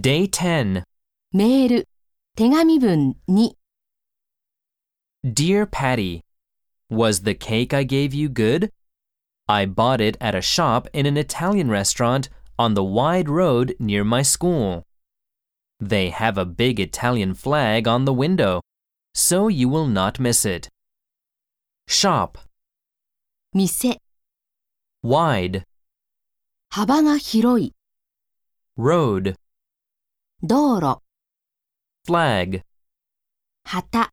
Day 10. メール、手紙文2、 Dear Patty, Was the cake I gave you good? I bought it at a shop in an Italian restaurant on the wide road near my school. They have a big Italian flag on the window, so you will not miss it. Shop, 店、 wide, 幅が広い、 road, 道路、 flag. 旗。